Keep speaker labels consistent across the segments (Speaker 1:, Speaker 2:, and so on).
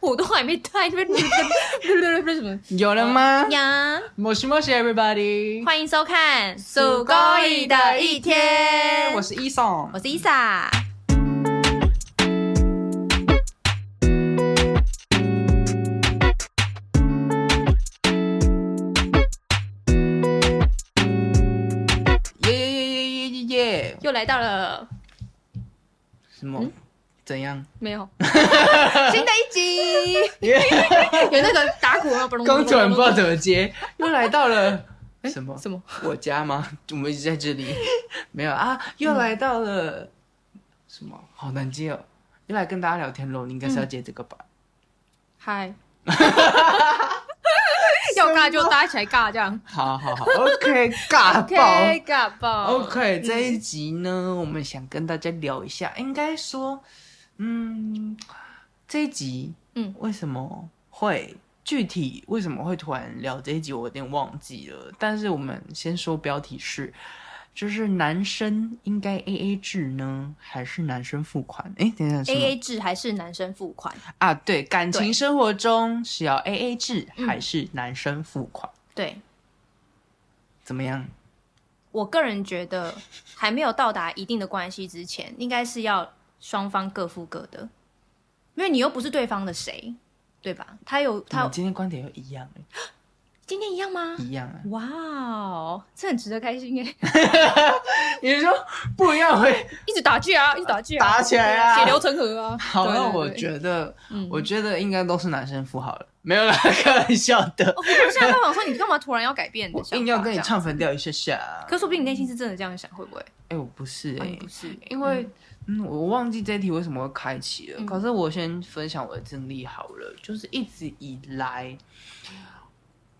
Speaker 1: 我都还没带，这边什 么
Speaker 2: 有了吗？
Speaker 1: 呀？
Speaker 2: 我是莫西 everybody，
Speaker 1: 欢迎收看《
Speaker 2: 祖
Speaker 1: 祖
Speaker 2: 国
Speaker 1: 国
Speaker 2: 一
Speaker 1: 一
Speaker 2: 的
Speaker 1: 的
Speaker 2: 一
Speaker 1: 一天》，
Speaker 2: 我是伊松
Speaker 1: 我。是伊莎。
Speaker 2: 耶耶耶耶耶耶！
Speaker 1: 又来到了
Speaker 2: 什么？怎 样？
Speaker 1: 没有新的一集，
Speaker 2: 耶
Speaker 1: 有那个打鼓吗？
Speaker 2: 刚突然不知道怎么接， 又来到了哎什么？
Speaker 1: 什么？
Speaker 2: 我家吗？我们一直在这里， 没有啊，又来到了什么？好难接哦！又来跟大家聊天喽，你应该是要接这个吧？
Speaker 1: 嗨， 要尬就搭起来尬这样。
Speaker 2: 好好 好，OK，尬爆。
Speaker 1: OK，尬爆。
Speaker 2: OK，这一集呢，我们想跟大家聊一下，应该说，嗯，这一集，
Speaker 1: 嗯，
Speaker 2: 为什么会具体为什么会突然聊这一集，我有点忘记了。但是我们先说标题是，就是男生应该 A A 制呢，还是男生付款？哎，等一下什么
Speaker 1: A A 制还是男生付款？
Speaker 2: 啊？对，感情
Speaker 1: 对
Speaker 2: 生活中是要 A A 制
Speaker 1: 嗯
Speaker 2: 还是男生付款？
Speaker 1: 对
Speaker 2: 怎么样？
Speaker 1: 我个人觉得，还没有到达一定的关系之前，应该是要双方各付各的，因为你又不是对方的谁，对吧？他有
Speaker 2: 我
Speaker 1: 他
Speaker 2: 们今天观点又一样、欸，
Speaker 1: 今天一样吗？
Speaker 2: 一样啊。
Speaker 1: 哇哦，这很值得开心耶！
Speaker 2: 你说不一 样会
Speaker 1: 一直打架啊，一直打架、
Speaker 2: 打起来啊
Speaker 1: 血流成河啊！
Speaker 2: 好，
Speaker 1: 对
Speaker 2: 那
Speaker 1: 对
Speaker 2: 我
Speaker 1: 对
Speaker 2: 觉得，
Speaker 1: 嗯
Speaker 2: 我觉得应该都是男生付好了，没有啦， 开玩笑的
Speaker 1: 哦，。我现在刚想说，你干嘛突然要改变你的想法？
Speaker 2: 硬要跟你
Speaker 1: 这样，
Speaker 2: 唱反调一下下，
Speaker 1: 可说不定你内心是真的这样想，会不会？
Speaker 2: 哎，我不是
Speaker 1: 啊你
Speaker 2: 哎
Speaker 1: 不，是，
Speaker 2: 因为嗯，我忘记这一题为什么会开启
Speaker 1: 嗯
Speaker 2: 了。可是我先分享我的经历好了，就是一直以来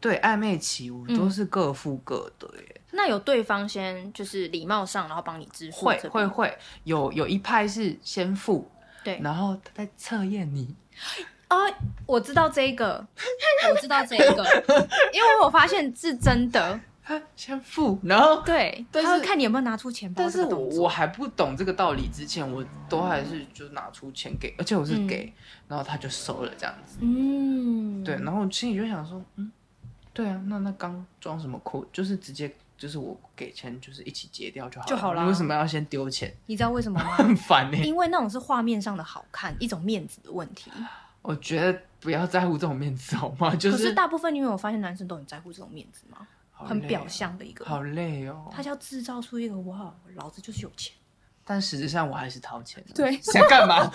Speaker 2: 对暧昧期我
Speaker 1: 嗯
Speaker 2: 都是各付各的欸耶，
Speaker 1: 那有对方先就是礼貌上，然后帮你支付
Speaker 2: 会
Speaker 1: 这笔
Speaker 2: 会会有有一派是先付，
Speaker 1: 对
Speaker 2: 然后他在测验你，
Speaker 1: 啊、我知道这一个，我知道这一个，因为我发现是真的，
Speaker 2: 他先付，然后
Speaker 1: 对，
Speaker 2: 但是
Speaker 1: 他会看你有没有拿出钱包
Speaker 2: 但
Speaker 1: 这
Speaker 2: 是
Speaker 1: 个
Speaker 2: 我
Speaker 1: 动作。
Speaker 2: 我还不懂这个道理之前，我都还是就拿出钱给，而且我是
Speaker 1: 嗯
Speaker 2: 给，然后他就收了这样子。
Speaker 1: 嗯，
Speaker 2: 对，，然后我心里就想说，嗯，对啊，那那刚装什么哭，就是直接就是我给钱，就是一起结掉就好了。
Speaker 1: 就好啦嗯
Speaker 2: 你为什么要先丢钱？
Speaker 1: 你知道为什么吗？
Speaker 2: 很烦欸呢、
Speaker 1: 因为那种是画面上的好看，一种面子的问题。
Speaker 2: 我觉得不要在乎这种面子好吗？就
Speaker 1: 可是大部分你有没有发现男生都很在乎这种面子吗？
Speaker 2: 好
Speaker 1: 很
Speaker 2: 累
Speaker 1: 表
Speaker 2: 哦，
Speaker 1: 象的一个，
Speaker 2: 好累哦。
Speaker 1: 他就要制造出一个哇，老子就是有钱。
Speaker 2: 但实质上我还是掏钱的。
Speaker 1: 对
Speaker 2: 想干嘛？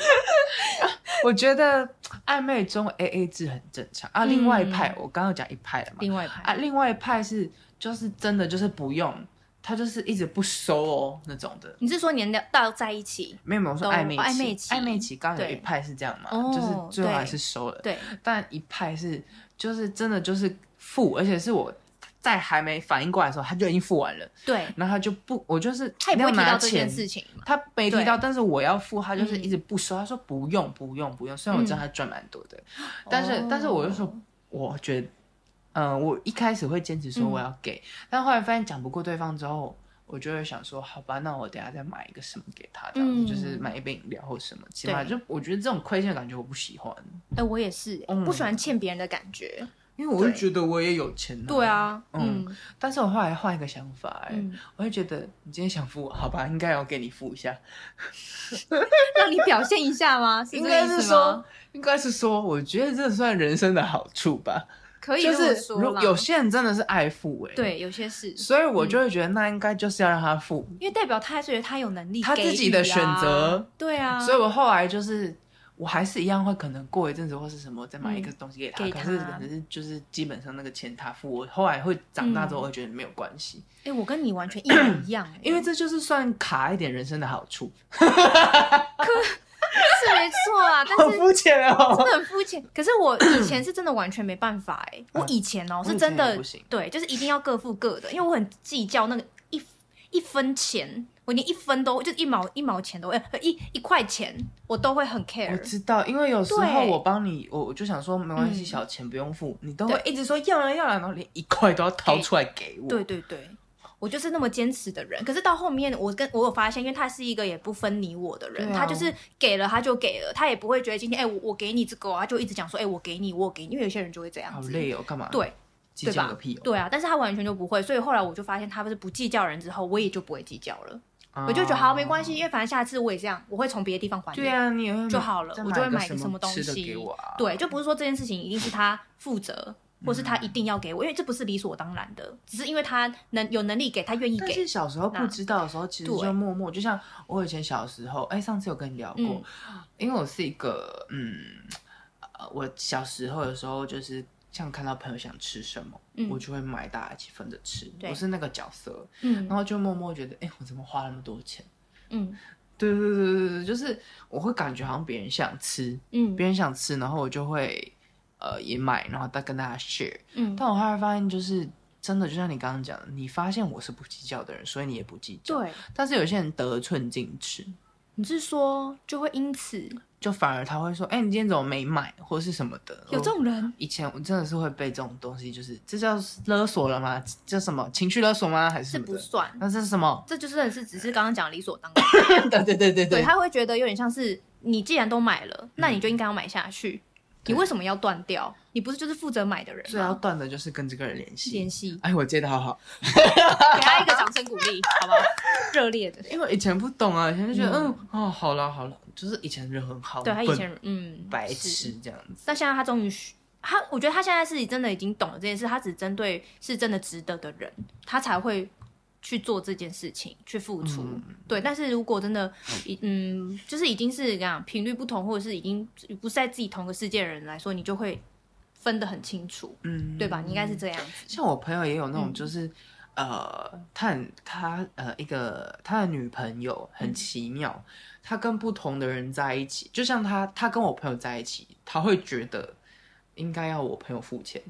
Speaker 2: 我觉得暧昧中 A A 制很正常啊。另外一
Speaker 1: 嗯
Speaker 2: 派，我刚刚有讲一派了嘛，
Speaker 1: 另外一派，
Speaker 2: 啊，另外一派是就是真的就是不用，他就是一直不收哦那种的。
Speaker 1: 你是说年到在一起？
Speaker 2: 没有没有，我说
Speaker 1: 懂
Speaker 2: 暧昧
Speaker 1: 哦暧昧
Speaker 2: 期，
Speaker 1: 期
Speaker 2: 暧昧期刚有
Speaker 1: 对
Speaker 2: 一派是这样嘛，
Speaker 1: 哦
Speaker 2: 就是最后
Speaker 1: 对
Speaker 2: 还是收了，
Speaker 1: 对，
Speaker 2: 但一派是就是真的就是付，而且是我在还没反应过来的时候他就已经付完了，
Speaker 1: 对，
Speaker 2: 然后他就不，我就是
Speaker 1: 他也不
Speaker 2: 要
Speaker 1: 会提
Speaker 2: 拿
Speaker 1: 到这件
Speaker 2: 钱，
Speaker 1: 事情嘛。
Speaker 2: 他没提
Speaker 1: 对嗯
Speaker 2: 到，但是我要付，他就是一直不收，他说不用不用不用，虽然我知道他赚蛮多的，但是但是我就说
Speaker 1: 哦，
Speaker 2: 我觉得，嗯、我一开始会坚持说
Speaker 1: 嗯
Speaker 2: 我要给，但后来发现讲不过对方之后，我就会想说，好吧，那我等下再买一个什么给他，这样子、
Speaker 1: 嗯
Speaker 2: 就是买一杯饮料或什么，起
Speaker 1: 对
Speaker 2: 码就我觉得这种亏欠感觉我不喜欢，
Speaker 1: 哎、我也是、欸
Speaker 2: 嗯
Speaker 1: 不喜欢欠别人的感觉。
Speaker 2: 因为我就觉得我也有钱、
Speaker 1: 对，啊，
Speaker 2: 嗯
Speaker 1: 嗯
Speaker 2: 但是我后来换一个想法、哎、
Speaker 1: 嗯，
Speaker 2: 我会觉得你今天想付我，好吧，应该要给你付一下，
Speaker 1: 让你表现一下吗？是这
Speaker 2: 应
Speaker 1: 个
Speaker 2: 该
Speaker 1: 意
Speaker 2: 是
Speaker 1: 思吗
Speaker 2: 说，应该是说，我觉得这算人生的好处吧，
Speaker 1: 可以
Speaker 2: 就
Speaker 1: 这么
Speaker 2: 是
Speaker 1: 说
Speaker 2: 如
Speaker 1: 啦。
Speaker 2: 有些人真的是爱付、哎，。
Speaker 1: 对，嗯有些是
Speaker 2: 所以我就会觉得那应该就是要让他付，
Speaker 1: 因为代表他还是觉得他有能力、啊
Speaker 2: 他自己的选择。
Speaker 1: 对啊，
Speaker 2: 所以我后来就是我还是一样会可能过一阵子或是什么再买一个东西给他，
Speaker 1: 嗯给
Speaker 2: 可
Speaker 1: 他
Speaker 2: 是可能是就是基本上那个钱他付，我后来会长大之
Speaker 1: 嗯
Speaker 2: 后我会觉得没有关系，
Speaker 1: 哎、我跟你完全一模一样、欸
Speaker 2: 因为这就是算卡一点人生的好处，
Speaker 1: 是没错 啊，但
Speaker 2: 好
Speaker 1: 是。
Speaker 2: 肤浅
Speaker 1: 真
Speaker 2: 哦。
Speaker 1: 的很肤浅，可是我以前是真的完全没办法哎、我以前哦、
Speaker 2: 嗯我以前
Speaker 1: 是真
Speaker 2: 也
Speaker 1: 的
Speaker 2: 不行
Speaker 1: 对，就是一定要各付各的，因为我很计较那个一一分钱，我连一分都就一毛一毛钱都哎、一一块钱我都会很
Speaker 2: 我
Speaker 1: care，
Speaker 2: 知道，因为有时候
Speaker 1: 对
Speaker 2: 我帮你，我我就想说没关系，
Speaker 1: 嗯
Speaker 2: 小钱不用付，你都会一直说要了要了，然后连一块都要掏出来给我。
Speaker 1: 对对对，我就是那么坚持的人。可是到后面，我跟我有发现，因为他是一个也不分你我的人，
Speaker 2: 对啊
Speaker 1: 他就是给了他就给了，他也不会觉得今天哎、我我给你这个哦、他就一直讲说哎、我给你我给你，因为有些人就会这样
Speaker 2: 好
Speaker 1: 子，
Speaker 2: 累哦，干嘛？
Speaker 1: 对，
Speaker 2: 计
Speaker 1: 对
Speaker 2: 较
Speaker 1: 吧
Speaker 2: 个屁哦！
Speaker 1: 对啊，但是他完全就不会，所以后来我就发现他不是不计较人之后，我也就不会计较了，
Speaker 2: 啊
Speaker 1: 我就觉得好没关
Speaker 2: 系。
Speaker 1: 系，因为反正下次我也这样，我会从别的地方还你。
Speaker 2: 对啊，你也会
Speaker 1: 就好了
Speaker 2: 再
Speaker 1: 我就会
Speaker 2: 个
Speaker 1: 买个什
Speaker 2: 什
Speaker 1: 么东
Speaker 2: 吃的
Speaker 1: 西
Speaker 2: 给我啊。
Speaker 1: 对，就不是说这件事情一定是他负责，或是他
Speaker 2: 嗯
Speaker 1: 一定要给我，因为这不是理所当然的，只是因为他能有能力给，他愿意
Speaker 2: 但
Speaker 1: 给。
Speaker 2: 是小时候
Speaker 1: 那
Speaker 2: 不知道的时候，其实
Speaker 1: 对
Speaker 2: 就默默，就像我以前小时候，哎、上次有跟你聊过，
Speaker 1: 嗯
Speaker 2: 因为我是一个，嗯，呃我小时候有时候就是像看到朋友想吃什么，
Speaker 1: 嗯
Speaker 2: 我就会买，大家一起分着吃，
Speaker 1: 对
Speaker 2: 我是那个角色，
Speaker 1: 嗯
Speaker 2: 然后就默默觉得，哎、我怎么花那么多钱？
Speaker 1: 嗯
Speaker 2: 对对对对对，就是我会感觉好像别人想吃，
Speaker 1: 嗯
Speaker 2: 别人想吃，然后我就会呃也买，然后再跟大家 share。
Speaker 1: 嗯，
Speaker 2: 但我后来发现，就是真的，就像你刚刚讲的，你发现我是不计较的人，所以你也不计较。
Speaker 1: 对，
Speaker 2: 但是有些人得寸进尺，
Speaker 1: 你是说就会因此
Speaker 2: 就反而他会说：“哎、你今天怎么没买，或是什么的。”
Speaker 1: 有这
Speaker 2: 我
Speaker 1: 种人？
Speaker 2: 以前我真的是会被这种东西，就是这叫勒索了吗？叫什么情绪勒索吗？还是
Speaker 1: 这
Speaker 2: 什么
Speaker 1: 不
Speaker 2: 的？
Speaker 1: 算，
Speaker 2: 那这是什么？
Speaker 1: 这就是真的是只是刚刚讲理所当然。
Speaker 2: 对对对对
Speaker 1: 对
Speaker 2: 对，嗯
Speaker 1: 他会觉得有点像是你既然都买了，那你就应该要买下去，你
Speaker 2: 对
Speaker 1: 为什么要断掉？你不是就是负责买的人
Speaker 2: 最要
Speaker 1: 吗？
Speaker 2: 断的就是啊跟这个人联系。
Speaker 1: 联 系，
Speaker 2: 哎，我接的好好，
Speaker 1: 给他一个掌声鼓励，好不好？ 热烈的，
Speaker 2: 因为以前不懂啊，以前就觉得嗯哦，好了好了，就是以前人很好，
Speaker 1: 对他以
Speaker 2: 笨
Speaker 1: 前嗯
Speaker 2: 白
Speaker 1: 是
Speaker 2: 痴这样子。
Speaker 1: 但现在他终于学他，我觉得他现在是真的已经懂了这件事，他只针对是真的值得的人，他才会去做这件事情，去付出。对，但是如果真的，已嗯，就是已经是这样频率不同，或者是已经不是在自己同个世界的人来说，你就会分得很清楚，
Speaker 2: 嗯，
Speaker 1: 对吧？你应该是嗯这样子。
Speaker 2: 像我朋友也有那种，就是、呃，他很他呃一个他的女朋友
Speaker 1: 嗯
Speaker 2: 很奇妙，他跟不同的人在一起，就像他他跟我朋友在一起，他会觉得应该要我朋友付钱，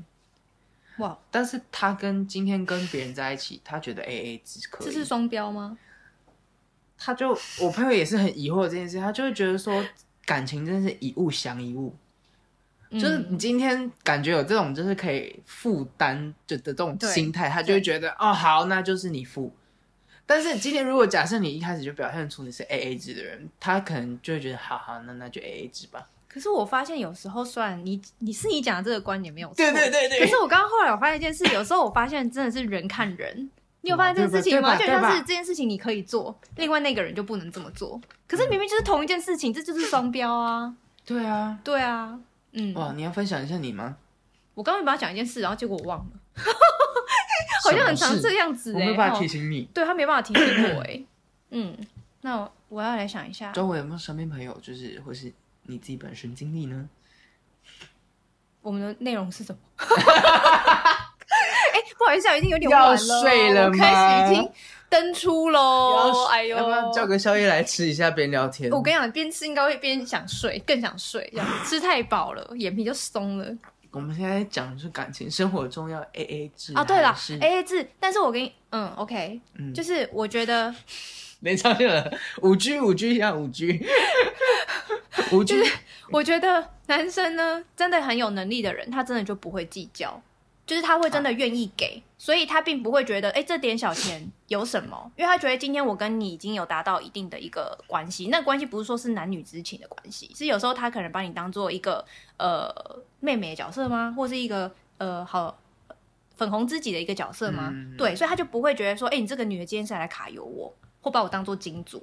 Speaker 1: 哇，
Speaker 2: 但是他跟今天跟别人在一起，他觉得 A A 制可以，
Speaker 1: 这是双标吗？
Speaker 2: 他就我朋友也是很疑惑这件事，他就会觉得说感情真是一物降一物。就是
Speaker 1: 嗯
Speaker 2: 你今天感觉有这种就是可以负担的的这种
Speaker 1: 对
Speaker 2: 心态，他就会觉得哦好，那就是你付。但是今天如果假设你一开始就表现出你是 A A 制的人，他可能就会觉得好好，那那就 A A 制吧。
Speaker 1: 可是我发现有时候，虽然你你是你讲的这个观点没有错，
Speaker 2: 对对对对
Speaker 1: 可是我刚刚后来我发现一件事，有时候我发现真的是人看人。你有发现这件事情吗？就
Speaker 2: 对吧对吧
Speaker 1: 像是
Speaker 2: 对吧
Speaker 1: 这件事情你可以做，另外那个人就不能这么做。可
Speaker 2: 嗯
Speaker 1: 是明明就是同一件事情，这就是双标啊！
Speaker 2: 对啊，
Speaker 1: 对啊，嗯，
Speaker 2: 哇，你要分享一下你吗？
Speaker 1: 我刚刚本来讲一件事，啊然后结果我忘了， 好像很
Speaker 2: 什么
Speaker 1: 常
Speaker 2: 事
Speaker 1: 这样子
Speaker 2: 我
Speaker 1: 哎、
Speaker 2: 没
Speaker 1: 欸。
Speaker 2: 有办法提
Speaker 1: 哦
Speaker 2: 醒你。
Speaker 1: 对他没办法提醒我哎、 嗯，那我我要来想一下，
Speaker 2: 周围有没有身边朋友，就是或是你自己本身经历呢？
Speaker 1: 我们的内容是什 么？哎、不好意思啊，已经有点晚
Speaker 2: 要
Speaker 1: 了，
Speaker 2: 睡了
Speaker 1: 我开始已
Speaker 2: 吗
Speaker 1: 经登出喽。哎呦，
Speaker 2: 要不要叫个宵夜来吃一下，边聊天？
Speaker 1: 我跟你讲，边吃应该会边想睡，更想睡，这样吃太饱了，眼皮就松了。
Speaker 2: 我们现在讲就是感情生活中要 A A 制
Speaker 1: 啊，对了
Speaker 2: 还是
Speaker 1: ，A A 制，但是我跟你，嗯，OK，
Speaker 2: 嗯
Speaker 1: 就是我觉得
Speaker 2: 没上去了，五 G 五 G 像 五 G，五 G
Speaker 1: 我觉得男生呢，真的很有能力的人，他真的就不会计较，就是他会真的愿意给，所以他并不会觉得，哎、这点小钱有什么？因为他觉得今天我跟你已经有达到一定的一个关系，那关系不是说是男女之情的关系，是有时候他可能把你当做一个呃妹妹的角色吗？或是一个呃好。粉红知己的一个角色吗？
Speaker 2: 嗯
Speaker 1: 对，所以他就不会觉得说，哎、你这个女的今天是来揩油我，或把我当做金主，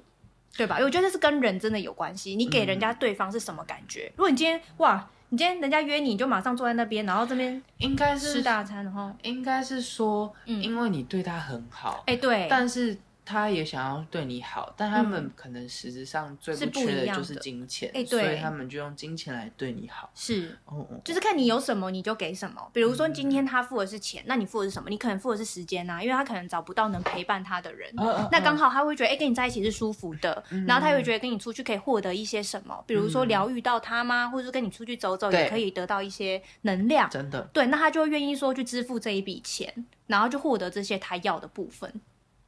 Speaker 1: 对吧？我觉得这是跟人真的有关系，你给人家
Speaker 2: 嗯
Speaker 1: 对方是什么感觉？如果你今天哇，你今天人家约你，你就马上坐在那边，然后这边
Speaker 2: 应该
Speaker 1: 吃
Speaker 2: 是
Speaker 1: 大餐，然后
Speaker 2: 应该是说，
Speaker 1: 嗯
Speaker 2: 因为你对他很好，
Speaker 1: 哎、对，
Speaker 2: 但是他也想要对你好，但他们可能实质上最
Speaker 1: 是不
Speaker 2: 缺
Speaker 1: 一
Speaker 2: 的
Speaker 1: 样
Speaker 2: 就是
Speaker 1: 的
Speaker 2: 金钱，
Speaker 1: 哎对
Speaker 2: 所以他们就用金钱来对你好。
Speaker 1: 是
Speaker 2: 哦哦，
Speaker 1: 就是看你有什么你就给什么。比如
Speaker 2: 嗯
Speaker 1: 说今天他付的是钱，那你付的是什么？你可能付的是时间呐、啊因为他可能找不到能陪伴他的人。
Speaker 2: 嗯
Speaker 1: 那刚好他会觉得，哎、跟你在一起是舒服的，然后他又觉得跟你出去可以获得一些什么，比如说疗愈到他吗？或者是跟你出去走走也
Speaker 2: 嗯对
Speaker 1: 可以得到一些能量。
Speaker 2: 哦真的，
Speaker 1: 对，那他就会愿意说去支付这一笔钱，然后就获得这些他要的部分。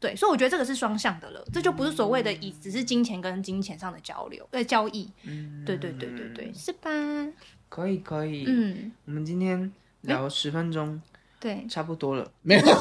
Speaker 1: 对，所以我觉得这个是双向的了，这就不是所谓的以只是金钱跟金钱上的交流，呃，交易。
Speaker 2: 嗯
Speaker 1: 对对对对对，，是吧？
Speaker 2: 可以可以，
Speaker 1: 嗯，
Speaker 2: 我们今天聊十分钟
Speaker 1: 对。
Speaker 2: 差不多了，没有，
Speaker 1: 好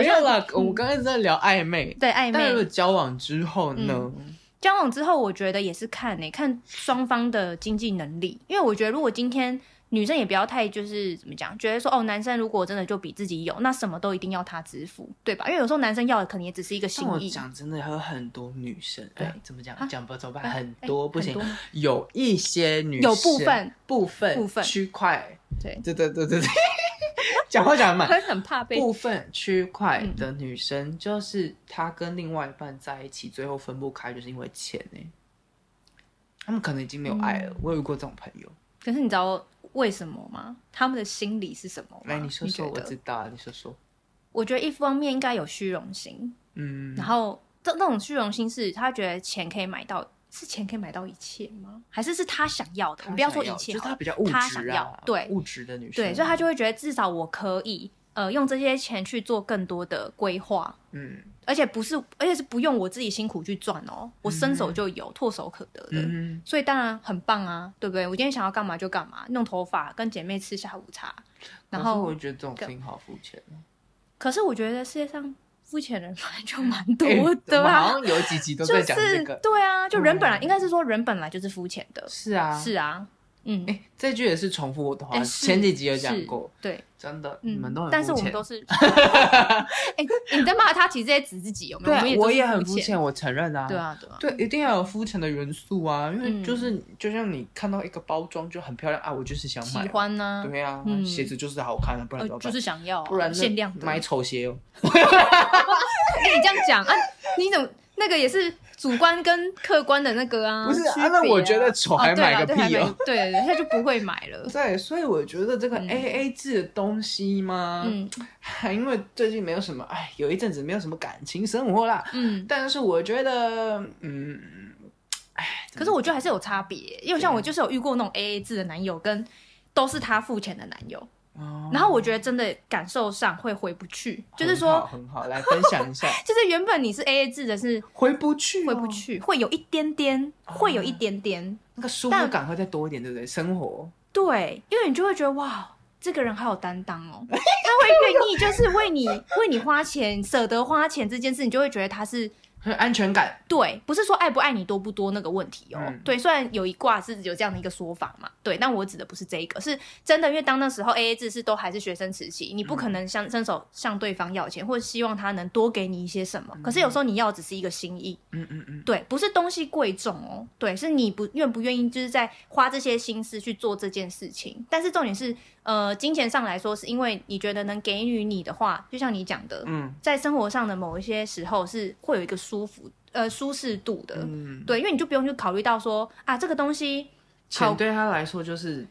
Speaker 2: 没有
Speaker 1: 像
Speaker 2: 啦，我们刚刚一直在聊暧昧，
Speaker 1: 对暧
Speaker 2: 但如果
Speaker 1: 昧嗯
Speaker 2: 交往之后呢？
Speaker 1: 交往之后，我觉得也是看诶、看双方的经济能力，因为我觉得如果今天女生也不要太就是怎么讲，觉得说哦，男生如果真的就比自己有，那什么都一定要他支付，对吧？因为有时候男生要的可能也只是一个心
Speaker 2: 像我
Speaker 1: 意。
Speaker 2: 讲真的，还有很多女生，
Speaker 1: 对
Speaker 2: 哎，怎么讲
Speaker 1: 啊？
Speaker 2: 讲不怎么
Speaker 1: 啊
Speaker 2: 办？很
Speaker 1: 哎
Speaker 2: 多不
Speaker 1: 很
Speaker 2: 行
Speaker 1: 多，
Speaker 2: 有一些女
Speaker 1: 有部
Speaker 2: 生
Speaker 1: 分
Speaker 2: 部分
Speaker 1: 部分
Speaker 2: 区块，
Speaker 1: 对，
Speaker 2: 对对对对 对，讲话讲得慢。
Speaker 1: 他很怕被
Speaker 2: 部分区块
Speaker 1: 嗯
Speaker 2: 的女生，就是她跟另外一半在一起，最后分不开，就是因为钱呢、他们可能已经没有爱了。
Speaker 1: 嗯
Speaker 2: 我有遇过这种朋友，
Speaker 1: 可是你知道为什么吗？他们的心理是什么吗？
Speaker 2: 来你说
Speaker 1: 觉
Speaker 2: 说，我
Speaker 1: 得
Speaker 2: 知道啊，你说说。
Speaker 1: 我觉得一方面应该有虚荣心，
Speaker 2: 嗯，
Speaker 1: 然后这那种虚荣心是他觉得钱可以买到，是钱可以买到一切吗？还是是他想要的？
Speaker 2: 她
Speaker 1: 我们不要说
Speaker 2: 想
Speaker 1: 一切
Speaker 2: 就是
Speaker 1: 好
Speaker 2: 她
Speaker 1: 了，
Speaker 2: 比较物
Speaker 1: 她想
Speaker 2: 质啊
Speaker 1: 要，对
Speaker 2: 物质的女生，
Speaker 1: 对，所以他就会觉得至少我可以呃用这些钱去做更多的规划，
Speaker 2: 嗯
Speaker 1: 而且不是，而且是不用我自己辛苦去赚哦，我伸手就有，唾手可得的。
Speaker 2: 嗯，
Speaker 1: 所以当然很棒啊，对不对？我今天想要干嘛就干嘛，弄头发，跟姐妹吃下午茶，然
Speaker 2: 可是
Speaker 1: 后
Speaker 2: 我觉得这种事情好肤浅哦。
Speaker 1: 可是我觉得世界上肤浅人本来 就蛮多的
Speaker 2: 哎我们 好
Speaker 1: 啊，
Speaker 2: 像有几集都
Speaker 1: 就
Speaker 2: 在
Speaker 1: 是
Speaker 2: 讲 这个。
Speaker 1: 对啊，就人本来、
Speaker 2: 嗯
Speaker 1: 应该是说人本来就是肤浅的，
Speaker 2: 是啊，
Speaker 1: 是啊，嗯，
Speaker 2: 哎、这句也是重复的话，
Speaker 1: 哎是
Speaker 2: 前几集有讲
Speaker 1: 是
Speaker 2: 过，
Speaker 1: 对，
Speaker 2: 真的，
Speaker 1: 嗯，
Speaker 2: 你们都很
Speaker 1: 但是
Speaker 2: 肤
Speaker 1: 我们
Speaker 2: 浅
Speaker 1: 都 是，哎、你在骂他，其实在指自己有没有？
Speaker 2: 对啊
Speaker 1: 们，
Speaker 2: 我
Speaker 1: 我
Speaker 2: 也很
Speaker 1: 肤
Speaker 2: 肤，浅，我承认啊。
Speaker 1: 对啊，对啊，
Speaker 2: 对，一定要有肤浅的元素啊，因为
Speaker 1: 嗯
Speaker 2: 就是、就像你看到一个包装就很漂亮啊，我就是想买啊，
Speaker 1: 喜欢呢、
Speaker 2: 对啊，
Speaker 1: 嗯
Speaker 2: 鞋子就是好看啊，不然
Speaker 1: 呃
Speaker 2: 怎么，
Speaker 1: 就
Speaker 2: 办？
Speaker 1: 是想要啊、
Speaker 2: 不然那
Speaker 1: 限量的。嗯
Speaker 2: 买丑鞋哦，
Speaker 1: 哎你这样讲啊，你怎么那个也是主观跟客观的那个啊？
Speaker 2: 不是啊
Speaker 1: 区别啊
Speaker 2: 那我觉得丑还
Speaker 1: 哦对啦
Speaker 2: 买个
Speaker 1: 对还
Speaker 2: 屁哦
Speaker 1: 买对对对，他就不会买 了。
Speaker 2: 对，所以我觉得这个
Speaker 1: 嗯
Speaker 2: A A 制的东西嘛，
Speaker 1: 嗯
Speaker 2: 还 因为最近没有什么，哎，有一阵子没有什么感情生活啦，
Speaker 1: 嗯，
Speaker 2: 但是我觉得，嗯，哎，
Speaker 1: 可是我觉得还是有差别，因为像
Speaker 2: 啊
Speaker 1: 我就是有遇过那种 A A 制的男友，跟都是他付钱的男友，
Speaker 2: 哦
Speaker 1: 然后我觉得真的感受上会回不去，就是
Speaker 2: 很好
Speaker 1: 说，
Speaker 2: 很好，来分享 一下，
Speaker 1: 就是原本你是 A A 制的是
Speaker 2: 回不去、哦
Speaker 1: 回不，去，会有一点点，会有一点点，
Speaker 2: 那个舒服
Speaker 1: 但
Speaker 2: 感会再多一点，对不对？生活。
Speaker 1: 对，因为你就会觉得哇。这个人好有担当哦， 他会愿意就是为你为你花钱，舍得花钱这件事，你就会觉得他是
Speaker 2: 很有安全感，
Speaker 1: 对，不是说爱不爱你多不多那个问题哦。
Speaker 2: 嗯
Speaker 1: 对，虽然有一卦是有这样的一个说法嘛，对，但我指的不是这一个，是真的，因为当那时候 A A 制是都还是学生时期，你不可能向伸手向对方要钱，或者希望他能多给你一些什么。可是有时候你要的只是一个心意，
Speaker 2: 嗯嗯嗯，
Speaker 1: 对，不是东西贵重哦，对，是你不愿不愿意，就是在花这些心思去做这件事情。但是重点是，呃，金钱上来说，是因为你觉得能给予你的话，就像你讲的，
Speaker 2: 嗯
Speaker 1: 在生活上的某一些时候是会有一个舒服呃舒适度的，
Speaker 2: 嗯，
Speaker 1: 对，因为你就不用去考虑到说啊这个东西好
Speaker 2: 钱对他来说就是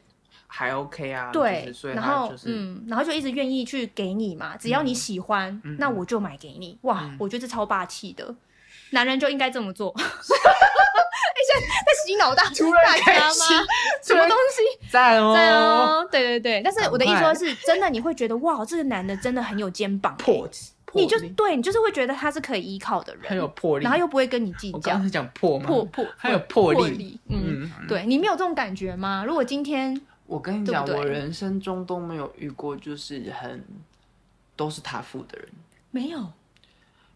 Speaker 2: 还 OK 啊，
Speaker 1: 对，
Speaker 2: 就是所以
Speaker 1: 然
Speaker 2: 他
Speaker 1: 后、
Speaker 2: 就是嗯
Speaker 1: 嗯，然后就一直愿意去给你嘛，只要你喜欢，那我就买给你，哇，我觉得这超霸气的，男人就应该这么做。 哎，现在在洗脑大
Speaker 2: 突然
Speaker 1: 大家
Speaker 2: 开
Speaker 1: 吗
Speaker 2: 心？
Speaker 1: 什么东西？
Speaker 2: 赞哦，
Speaker 1: 对哦，对对对，但是我的意思
Speaker 2: 赶
Speaker 1: 说
Speaker 2: 快
Speaker 1: 是真的，你会觉得哇，这个男的真的很有肩膀欸、
Speaker 2: 魄魄
Speaker 1: 你就
Speaker 2: 力
Speaker 1: 对你就是会觉得他是可以依靠的人，
Speaker 2: 很有魄力，
Speaker 1: 然后又不会跟你计
Speaker 2: 我
Speaker 1: 较
Speaker 2: 刚刚，是讲魄吗？
Speaker 1: 破破
Speaker 2: 还有魄
Speaker 1: 魄
Speaker 2: 力，
Speaker 1: 力，嗯，
Speaker 2: 嗯，
Speaker 1: 对你没有这种感觉吗？如果今天
Speaker 2: 我跟你讲，
Speaker 1: 对不对
Speaker 2: 我人生中都没有遇过就是很都是他付的人，
Speaker 1: 没有，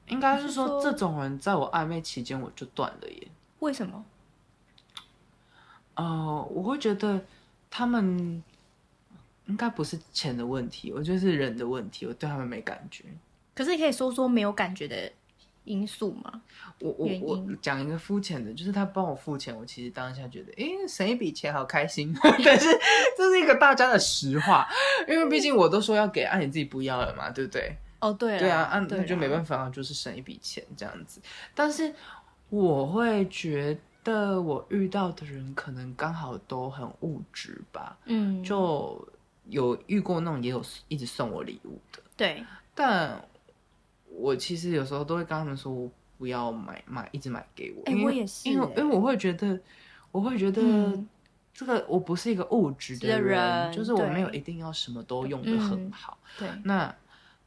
Speaker 2: 应该是
Speaker 1: 你
Speaker 2: 说
Speaker 1: 是说
Speaker 2: 这种人在我暧昧期间我就断了耶，
Speaker 1: 为什么？
Speaker 2: 呃，我会觉得他们应该不是钱的问题，我觉得是人的问题，我对他们没感觉。
Speaker 1: 可是你可以说说没有感觉的因素吗？
Speaker 2: 我我
Speaker 1: 原
Speaker 2: 我
Speaker 1: 因
Speaker 2: 讲一个肤浅的，就是他帮我付钱，我其实当下觉得，诶，省一笔钱好开心。 但是这是一个大家的实话，因为毕竟我都说要给，啊你自己不要了嘛，对不对？
Speaker 1: 哦，对了，
Speaker 2: 对啊，啊那就没
Speaker 1: 法。
Speaker 2: 办法啊，就是省一笔钱这样子。但是我会觉得我遇到的人可能刚好都很物质吧，
Speaker 1: 嗯，就
Speaker 2: 就有遇过那种也有一直送我礼物的，
Speaker 1: 对，
Speaker 2: 但我其实有时候都会跟他们说，我不要买买，一直买给我。
Speaker 1: 哎
Speaker 2: 因为
Speaker 1: 我也是
Speaker 2: 因为
Speaker 1: 哎
Speaker 2: 因为我会觉得，我会觉得
Speaker 1: 嗯
Speaker 2: 这个我不是一个物质的
Speaker 1: 的
Speaker 2: 人，
Speaker 1: 人
Speaker 2: 就是我没有
Speaker 1: 对
Speaker 2: 一定要什么都用的很
Speaker 1: 嗯
Speaker 2: 好。
Speaker 1: 对，
Speaker 2: 那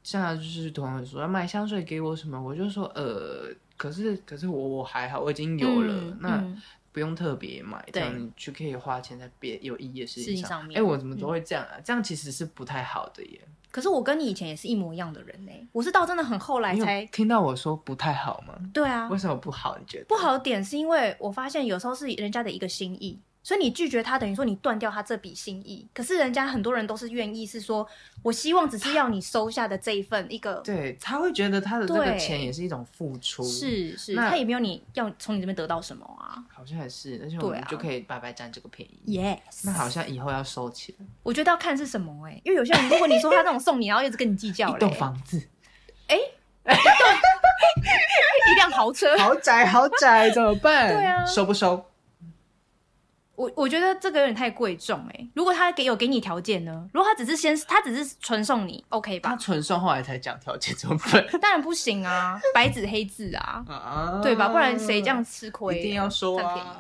Speaker 2: 现在就是同学说要买香水给我什么，我就说呃，可是可是我我还好，我已经有了。
Speaker 1: 嗯
Speaker 2: 那
Speaker 1: 嗯
Speaker 2: 不用特别买，这
Speaker 1: 对
Speaker 2: 样你就可以花钱在别有意义的事
Speaker 1: 事
Speaker 2: 情
Speaker 1: 情上
Speaker 2: 哎、
Speaker 1: 面嗯
Speaker 2: 我怎么都会这样啊？这样其实是不太好的耶。
Speaker 1: 可是我跟你以前也是一模一样的人呢、我是到真的很后来
Speaker 2: 你有
Speaker 1: 才
Speaker 2: 听到我说不太好吗？
Speaker 1: 对啊
Speaker 2: 为，什么不好？你觉得
Speaker 1: 不？好的点是因为我发现有时候是人家的一个心意，所以你拒绝他，等于说你断掉他这笔心意。可是人家很多人都是愿意，是说我希望只是要你收下的这一份一个
Speaker 2: 对，他会觉得他的这个
Speaker 1: 对
Speaker 2: 钱也是一种付出，，
Speaker 1: 是是，
Speaker 2: 那
Speaker 1: 他也没有你要从你这边得到什么啊。
Speaker 2: 好像也是，而且我
Speaker 1: 对
Speaker 2: 们
Speaker 1: 啊
Speaker 2: 就可以白白占这个便宜。
Speaker 1: Yes，
Speaker 2: 那好像以后要收起来，
Speaker 1: 我觉得要看是什么哎、因为有些人如果你说他那种送你，然后一直跟你计较嘞，
Speaker 2: 一栋房子，
Speaker 1: 一辆豪车，
Speaker 2: 豪宅，豪宅怎么办？
Speaker 1: 对啊
Speaker 2: 收不收？
Speaker 1: 我我觉得这个有点太贵重哎、如果他给有给你条件呢？如果他只是先他只是纯送你，OK
Speaker 2: 他
Speaker 1: 吧？
Speaker 2: 纯送后来才讲条件怎么办？
Speaker 1: 当然不行啊，白纸黑字啊，
Speaker 2: 啊
Speaker 1: 对吧？不然谁这样吃亏？
Speaker 2: 一定要收
Speaker 1: 占便
Speaker 2: 啊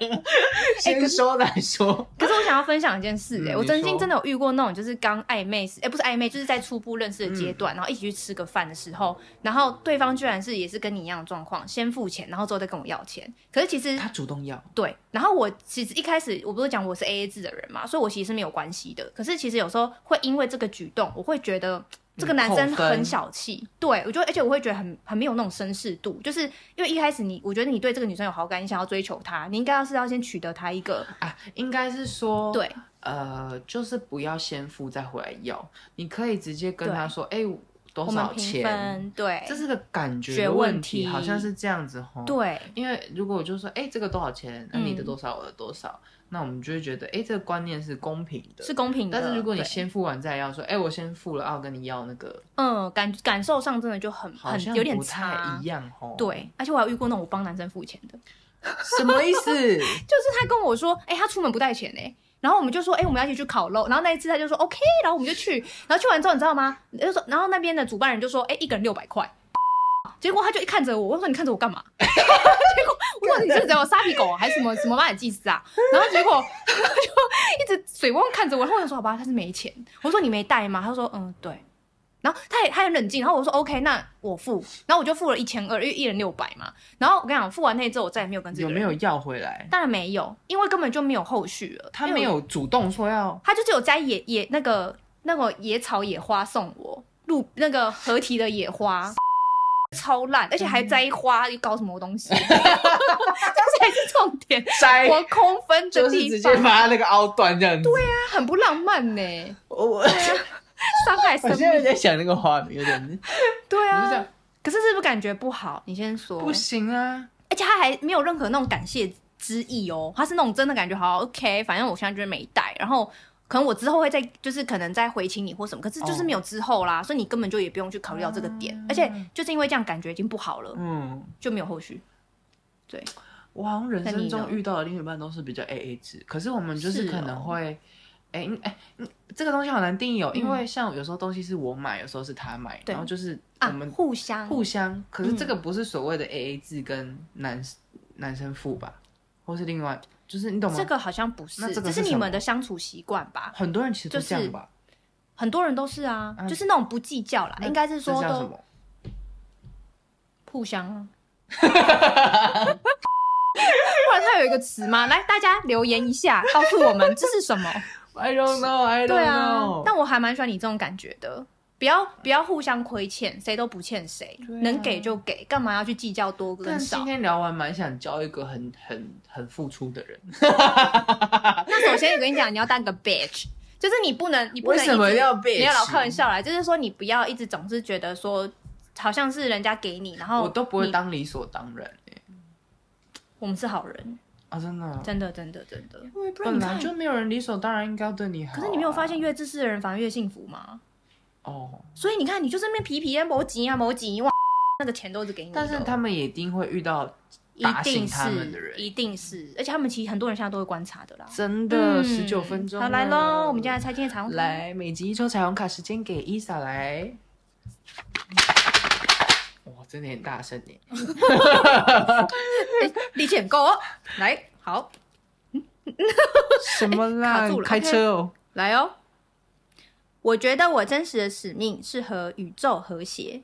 Speaker 1: 宜！ 哎
Speaker 2: 先收再说。
Speaker 1: 可是我想要分享一件事、欸，
Speaker 2: 嗯
Speaker 1: 我
Speaker 2: 你
Speaker 1: 曾经
Speaker 2: 说
Speaker 1: 真的有遇过那种，就是刚暧昧时，哎、不是暧昧，就是在初步认识的阶段，
Speaker 2: 嗯
Speaker 1: 然后一起去吃个饭的时候，然后对方居然是也是跟你一样的状况，先付钱，然后之后再跟我要钱。可是其实
Speaker 2: 他主动要，
Speaker 1: 对，然后我其实一开始我不是讲我是 A A 制的人嘛，所以我其实是没有关系的。可是其实有时候会因为这个举动，我会觉得嗯这个男生
Speaker 2: 扣分
Speaker 1: 很小气，对我就而且我会觉得很很没有那种绅士度，就是因为一开始你我觉得你对这个女生有好感，你想要追求她，你应该要是要先取得她一个
Speaker 2: 啊，应该是说，
Speaker 1: 对，
Speaker 2: 呃，就是不要先付再回来要，你可以直接跟他说，哎、多
Speaker 1: 我们
Speaker 2: 少
Speaker 1: 平
Speaker 2: 钱？
Speaker 1: 分，对，
Speaker 2: 这是个感觉
Speaker 1: 学
Speaker 2: 的
Speaker 1: 问
Speaker 2: 问题，
Speaker 1: 题
Speaker 2: 好像是这样子吼。，
Speaker 1: 哎对
Speaker 2: 因为如果我就说，哎、这个多少钱？那、
Speaker 1: 嗯
Speaker 2: 你的多少，我的多少，那我们就会觉得，哎、这个观念是公平的。
Speaker 1: 是公平的。
Speaker 2: 但是如果你
Speaker 1: 对
Speaker 2: 先付完再要，说，哎、我先付了，啊，我跟你要那个，
Speaker 1: 嗯感感受上真的就很
Speaker 2: 好
Speaker 1: 很
Speaker 2: 像
Speaker 1: 有点
Speaker 2: 不太
Speaker 1: 差
Speaker 2: 一，样吼。，
Speaker 1: 对，而且我还有遇过那种我帮男生付钱的。
Speaker 2: 什么 意思？
Speaker 1: 就是他跟我说，哎、他出门不带钱哎、然后我们就说，哎、我们要一起去烤肉。然后那一次他就说 OK，然后我们就去。然后去完之后，你知道吗？就说，然后那边的主办人就说，哎、一个人六百块。结果他就一看着我，我说你看着我干嘛？结果我说你是怎么沙皮狗啊还是什么什么马尔济斯啊？然后结果他就一直水汪汪看着我，然后我就说好啊吧，他是没钱。我说你没带吗？他说嗯对。然后他也他很冷静，然后我说 OK，那我付。然后我就付了一千二，因为一人六百嘛。然后我跟你讲，付完那之后，我再也没有跟这个
Speaker 2: 有
Speaker 1: 人
Speaker 2: 没有要回来？
Speaker 1: 当然没有，因为根本就没有后续了。
Speaker 2: 他
Speaker 1: 因为
Speaker 2: 没
Speaker 1: 我，
Speaker 2: 有主动说要，
Speaker 1: 他就只有摘野野那个那个野草野花送我，路那个合体的野花。 超烂，而且还摘花，又搞什么 东西？ 这才是重点。
Speaker 2: 摘
Speaker 1: 我空分的
Speaker 2: 哎就是
Speaker 1: 地
Speaker 2: 直接
Speaker 1: 方，
Speaker 2: 把他那个凹断这样子。对啊，
Speaker 1: 他很不浪漫呢、
Speaker 2: 我 我
Speaker 1: 伤害
Speaker 2: 我
Speaker 1: 生
Speaker 2: 现在
Speaker 1: 命。
Speaker 2: 在想那个画面，有点
Speaker 1: 对
Speaker 2: 我就
Speaker 1: 啊
Speaker 2: 想，
Speaker 1: 可是是不是感觉不好？你先说。
Speaker 2: 不行啊。
Speaker 1: 而且他还没有任何那种感谢之意哦，他是那种真的感觉好 OK，反正我现在就是没带，然后可能我之后会再就是可能再回请你或什么，可是就是没有之后
Speaker 2: 嗯
Speaker 1: 啦，所以你根本就也不用去考虑到这个点，
Speaker 2: 啊
Speaker 1: 而且就是因为这样感觉已经不好了，
Speaker 2: 嗯，
Speaker 1: 就没有后续。
Speaker 2: 我好像人生
Speaker 1: 那
Speaker 2: 中
Speaker 1: 你呢
Speaker 2: 遇到的另一半都是比较 A A 制，可是我们就是
Speaker 1: 是哦
Speaker 2: 可能会，哎哎、嗯这个东西好难定义哦，
Speaker 1: 嗯
Speaker 2: 因为像有时候东西是我买，有时候是他买，
Speaker 1: 对
Speaker 2: 然后就是嗯我
Speaker 1: 啊
Speaker 2: 们，
Speaker 1: 互相
Speaker 2: 互相，可是
Speaker 1: 嗯
Speaker 2: 这个不是所谓的 A A 制跟男男生付吧，或是另外，就是你懂吗
Speaker 1: 这？个好像不是，
Speaker 2: 那这个是
Speaker 1: 是你
Speaker 2: 什么
Speaker 1: 们的相处习惯吧？
Speaker 2: 很多人其实都
Speaker 1: 就是
Speaker 2: 这样吧，
Speaker 1: 很多人都是啊，
Speaker 2: 嗯
Speaker 1: 就是那种不计较啦，
Speaker 2: 那
Speaker 1: 应该是说
Speaker 2: 这叫什
Speaker 1: 都
Speaker 2: 么？
Speaker 1: 互相啊。 不然它有一个词吗？来，大家留言一下，告诉我们这是什么。
Speaker 2: I don't know, I don't know。嗯
Speaker 1: 对啊，但我还蛮喜欢你这种感觉的，不要不要互相亏欠，谁都不欠谁，
Speaker 2: 对啊
Speaker 1: 能给就给，干嘛要去计较多
Speaker 2: 但
Speaker 1: 跟
Speaker 2: 今
Speaker 1: 少？
Speaker 2: 天聊完，蛮想交一个很很很付出的人。
Speaker 1: 那首先我跟你讲，你要当个 bitch，就是你不能你不能一直
Speaker 2: 被
Speaker 1: 没有老开玩笑啦，就是说你不要一直总是觉得说好像是人家给你，然后
Speaker 2: 我都不会
Speaker 1: 你
Speaker 2: 当理所当然欸
Speaker 1: 我们是好人，
Speaker 2: 啊，真的。
Speaker 1: 真的真的真的。
Speaker 2: 因为
Speaker 1: 然
Speaker 2: 本
Speaker 1: 你
Speaker 2: 来
Speaker 1: 看
Speaker 2: 就没有人理所当然应该要对你好啊。
Speaker 1: 可是你没有发现越自私的人反而越幸福吗？
Speaker 2: 哦？
Speaker 1: 所以你看，你就是那边皮皮啊、某几啊、某几哇，那个钱都是给你的，
Speaker 2: 但是他们也一定会遇到
Speaker 1: 一
Speaker 2: 打
Speaker 1: 定
Speaker 2: 醒
Speaker 1: 是
Speaker 2: 他们的人
Speaker 1: 一定是，而且他们其实很多人现在都会观察的啦。
Speaker 2: 真的
Speaker 1: 嗯
Speaker 2: 十九分钟了。
Speaker 1: 好来喽，我们接下来拆今天的彩虹卡。
Speaker 2: 来每集一抽彩虹卡，时间给伊莎来。哇，真的很大声耶！
Speaker 1: 哎， 力气很够哦。来，好，
Speaker 2: 什么啦
Speaker 1: 卡住？了
Speaker 2: 开车哦。
Speaker 1: 来哦。我觉得我真实的使命是和宇宙和谐。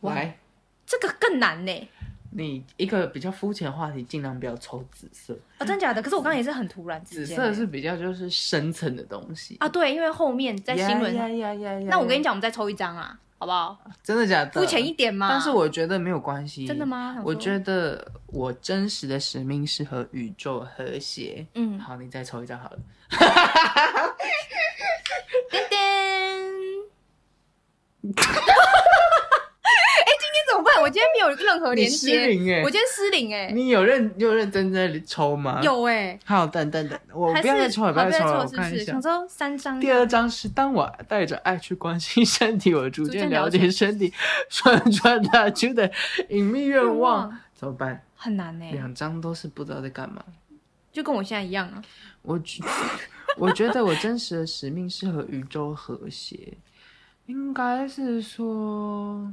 Speaker 1: 哇
Speaker 2: 来，
Speaker 1: 这个更难呢。
Speaker 2: 你一个比较肤浅的话题，尽量不要抽紫色。
Speaker 1: 哦，真假的？可是我刚刚也是很突然之
Speaker 2: 紫
Speaker 1: 间欸，
Speaker 2: 色是比较就是深层的东西
Speaker 1: 啊，，对，因为后面在新闻
Speaker 2: 呀呀呀呀！
Speaker 1: 那我跟你
Speaker 2: 你
Speaker 1: 讲，我们再抽一张啊，好不好？
Speaker 2: 真的假的？
Speaker 1: 肤浅一点嘛。
Speaker 2: 但是我觉得没有关系。
Speaker 1: 真的？吗？
Speaker 2: 我
Speaker 1: 得，
Speaker 2: 觉得我真实的使命是和宇宙和谐。
Speaker 1: 嗯，
Speaker 2: 好，你再抽一张好了。
Speaker 1: 噔噔。 哎，今天怎么办？我今天没有任何
Speaker 2: 你
Speaker 1: 连
Speaker 2: 失
Speaker 1: 接，
Speaker 2: 灵哎
Speaker 1: 我！今天失灵哎，
Speaker 2: 你有认你有认真在抽吗？。
Speaker 1: 有哎，
Speaker 2: 好，等等等，我
Speaker 1: 还
Speaker 2: 不
Speaker 1: 是
Speaker 2: 要再抽了，
Speaker 1: 哦
Speaker 2: 不要再抽了，我
Speaker 1: 是不
Speaker 2: 看一
Speaker 1: 是？
Speaker 2: 下
Speaker 1: 想。说三张，
Speaker 2: 第二章是当我带着爱去关心身体，我逐渐了解身体所传达出的隐秘愿望。怎么办？
Speaker 1: 很难哎，
Speaker 2: 两张都是不知道在干嘛。
Speaker 1: 就跟我现在一样啊。
Speaker 2: 我觉 我觉得我真实的使命是和宇宙和谐，应该是说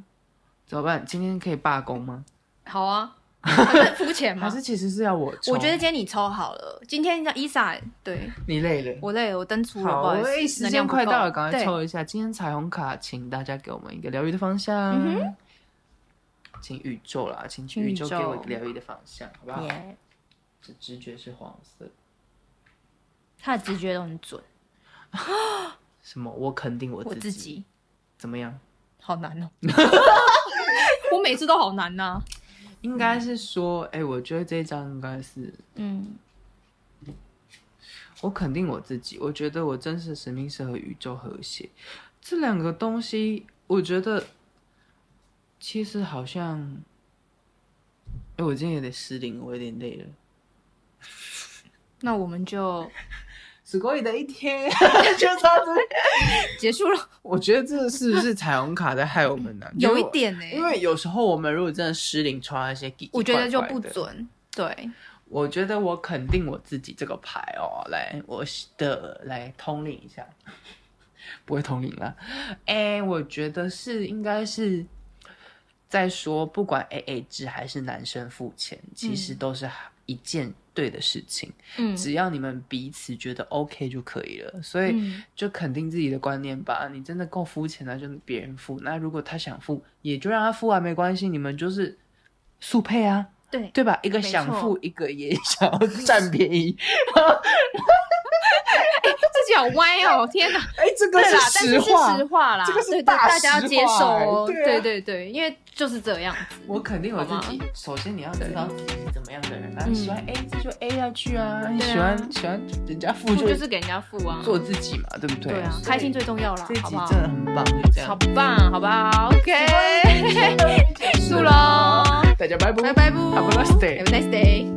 Speaker 2: 怎么办？今天可以罢工吗？
Speaker 1: 好啊， 很肤浅
Speaker 2: 哎还
Speaker 1: 嘛。
Speaker 2: 是其实是要我抽？
Speaker 1: 我觉得今天你抽好了，今天叫伊莎，对
Speaker 2: 你累了。
Speaker 1: 我累了，我登出了，
Speaker 2: 好，
Speaker 1: 不好
Speaker 2: 我
Speaker 1: 意
Speaker 2: 哎
Speaker 1: 思，
Speaker 2: 时
Speaker 1: 能
Speaker 2: 间
Speaker 1: 量不
Speaker 2: 快到了，
Speaker 1: 够
Speaker 2: 赶快
Speaker 1: 对
Speaker 2: 抽一下。今天彩虹卡，请大家给我们一个疗愈的方向，
Speaker 1: 嗯
Speaker 2: 请宇宙啦，请
Speaker 1: 请
Speaker 2: 宇
Speaker 1: 宇
Speaker 2: 宙
Speaker 1: 宙
Speaker 2: 给我一个疗愈的方向，好不好？
Speaker 1: 耶
Speaker 2: 这直觉是黄色，
Speaker 1: 他的直觉都很准，
Speaker 2: 什么？我肯定我
Speaker 1: 我
Speaker 2: 自
Speaker 1: 自己
Speaker 2: 怎么样？
Speaker 1: 好难 哦，我每次都好难呐、
Speaker 2: 应该是说，哎、我觉得这一张应该是
Speaker 1: 嗯，
Speaker 2: 我肯定我自己，我觉得我真实使命是和宇宙和谐。这两个东西，我觉得其实好像，哎、我今天有点失灵，我有点累了。
Speaker 1: 那我们就
Speaker 2: すごい的一天 就到这边。
Speaker 1: 结束 了，
Speaker 2: 我觉得这是不是彩虹卡在害我们呢、
Speaker 1: 有一，点呢、
Speaker 2: 因为有时候我们如果真的失灵，抽到一些奇奇
Speaker 1: 我觉得就
Speaker 2: 怪怪
Speaker 1: 不
Speaker 2: 的。
Speaker 1: 准，对，
Speaker 2: 我觉得我肯定我自己这个牌哦，来，我的来通灵一下， 不会通灵了。哎、我觉得是应该是在说，不管 A A 制还是男生付钱，其实都是一件对的事情，
Speaker 1: 嗯
Speaker 2: 只要你们彼此觉得 OK 就可以了。所以。
Speaker 1: 嗯
Speaker 2: 就肯定自己的观念吧。你真的够肤浅了，就别人付。那如果他想付，也就让他付啊，没关系。你们就是速配啊，
Speaker 1: 对，
Speaker 2: 对吧？一个
Speaker 1: 没错
Speaker 2: 想付，一个也 想要占便宜。
Speaker 1: 自己好歪哦，天哪，
Speaker 2: 哎，这个
Speaker 1: 对啦，但
Speaker 2: 实
Speaker 1: 是是
Speaker 2: 话，
Speaker 1: 实话啦，
Speaker 2: 这个是
Speaker 1: 对对
Speaker 2: 大
Speaker 1: 大家要
Speaker 2: 实
Speaker 1: 接
Speaker 2: 话
Speaker 1: 受哦，
Speaker 2: 对啊
Speaker 1: 对对对，因为就是这样子，
Speaker 2: 我肯定我自己。首先你要知道自己是怎么样的人啊，
Speaker 1: 嗯
Speaker 2: 喜欢 A 制就 A 下去啊，你
Speaker 1: 对啊
Speaker 2: 喜欢喜欢人家付
Speaker 1: 付
Speaker 2: 就
Speaker 1: 就是给人家付啊，
Speaker 2: 做自己嘛，对不对？
Speaker 1: 对啊
Speaker 2: 所，以
Speaker 1: 开心最重要啦
Speaker 2: 这一，
Speaker 1: 好
Speaker 2: 集
Speaker 1: 不好
Speaker 2: 真？的很棒，就这
Speaker 1: 好
Speaker 2: 样。
Speaker 1: 棒，好不好？OK，结束喽，
Speaker 2: 大家拜拜，
Speaker 1: 拜拜不
Speaker 2: Have a nice day
Speaker 1: ，Have a nice day。